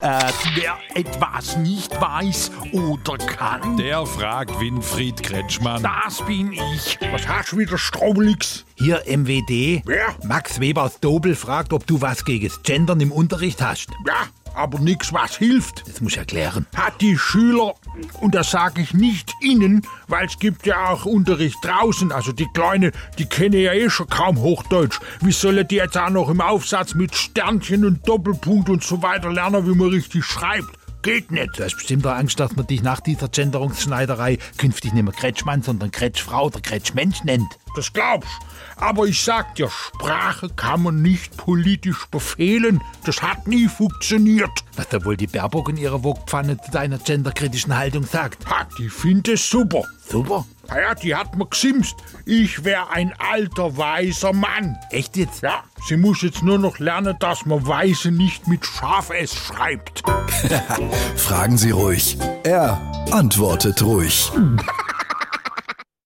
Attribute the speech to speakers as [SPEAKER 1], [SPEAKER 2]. [SPEAKER 1] Äh, wer etwas nicht weiß oder kann,
[SPEAKER 2] Der fragt Winfried Kretschmann.
[SPEAKER 1] das bin ich.
[SPEAKER 3] Was hast du wieder, Straublix?
[SPEAKER 4] Hier MWD.
[SPEAKER 3] Wer?
[SPEAKER 4] Max Weber aus Dobel fragt, ob du was gegen das Gendern im Unterricht hast.
[SPEAKER 3] Ja, aber nix, was hilft.
[SPEAKER 4] Das muss ich erklären.
[SPEAKER 3] Hat die Schüler, und das sage ich nicht innen, weil es gibt ja auch Unterricht draußen, also die Kleinen, die kennen ja eh schon kaum Hochdeutsch. Wie sollen die jetzt auch noch im Aufsatz mit Sternchen und Doppelpunkt und so weiter lernen, wie man richtig schreibt? Geht nicht.
[SPEAKER 4] Du hast bestimmt auch Angst, dass man dich nach dieser Genderungsschneiderei künftig nicht mehr Kretschmann, sondern Kretschfrau oder Kretschmensch nennt.
[SPEAKER 3] Das glaubst. Aber ich sag dir, Sprache kann man nicht politisch befehlen. Das hat nie funktioniert.
[SPEAKER 4] Was da wohl die Baerbock in ihrer Wokpfanne zu deiner genderkritischen Haltung sagt.
[SPEAKER 3] Ha, die findet es super.
[SPEAKER 4] Super.
[SPEAKER 3] Naja, die hat mir gesimst. Ich wär ein alter, weiser Mann.
[SPEAKER 4] Echt jetzt?
[SPEAKER 3] Ja, sie muss jetzt nur noch lernen, dass man Weise nicht mit Schaf S schreibt.
[SPEAKER 5] Fragen Sie ruhig. Er antwortet ruhig.